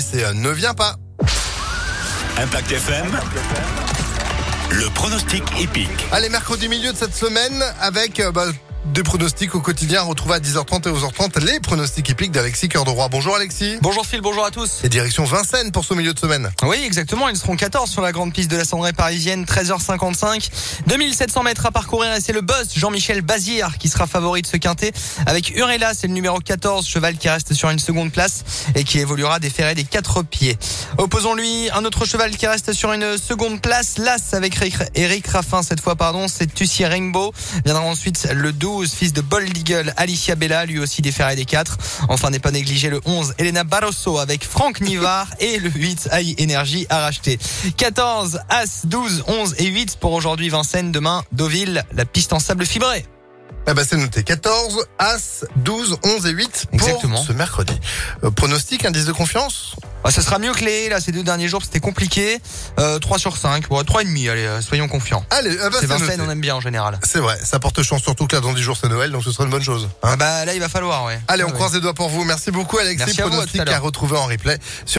c'est euh, Ne viens pas. Impact FM, le pronostic épique. Allez, mercredi milieu de cette semaine avec euh, bah, des pronostics au quotidien. Retrouvez à 10h30 et 11h30 les pronostics épiques d'Alexis Cœur de Roi. Bonjour Alexis. Bonjour Phil, bonjour à tous. Et direction Vincennes pour ce milieu de semaine. Oui, exactement. Ils seront 14 sur la grande piste de la Cendrée parisienne, 13h55. 2700 mètres à parcourir et c'est le boss Jean-Michel Bazir qui sera favori de ce quintet. Avec Urella, c'est le numéro 14, cheval qui reste sur une seconde place et qui évoluera des ferrets des quatre pieds. Opposons-lui un autre cheval qui reste sur une seconde place, l'As avec Ric- Eric Raffin cette fois, pardon, c'est Tussier Rainbow. Viendra ensuite le 12, fils de Bold Eagle, Alicia Bella, lui aussi des ferrets des 4. Enfin, n'est pas négligé le 11, Elena Barroso avec Franck Nivard et le 8, High Energy à racheter. 14, As, 12, 11 et 8 pour aujourd'hui Vincennes, demain Deauville, la piste en sable fibré. Eh ben, c'est noté 14, As, 12, 11 et 8 pour Exactement. ce mercredi. Euh, pronostic, indice de confiance Ah, ça sera mieux que les, là, ces deux derniers jours, c'était compliqué. Euh, 3 sur 5, bon, 3,5, allez, euh, soyons confiants. Allez, eh ben, C'est c'est Vincennes, on noté. Hein aime bien en général. C'est vrai, ça porte chance, surtout que là, dans 10 jours, c'est Noël, donc ce sera une bonne chose. hein. Ah bah là, il va falloir, ouais. Allez, on Ah ouais. croise les doigts pour vous. Merci beaucoup, Alexis. Merci à vous, à tout à pronostic l'heure. à retrouver en replay. sur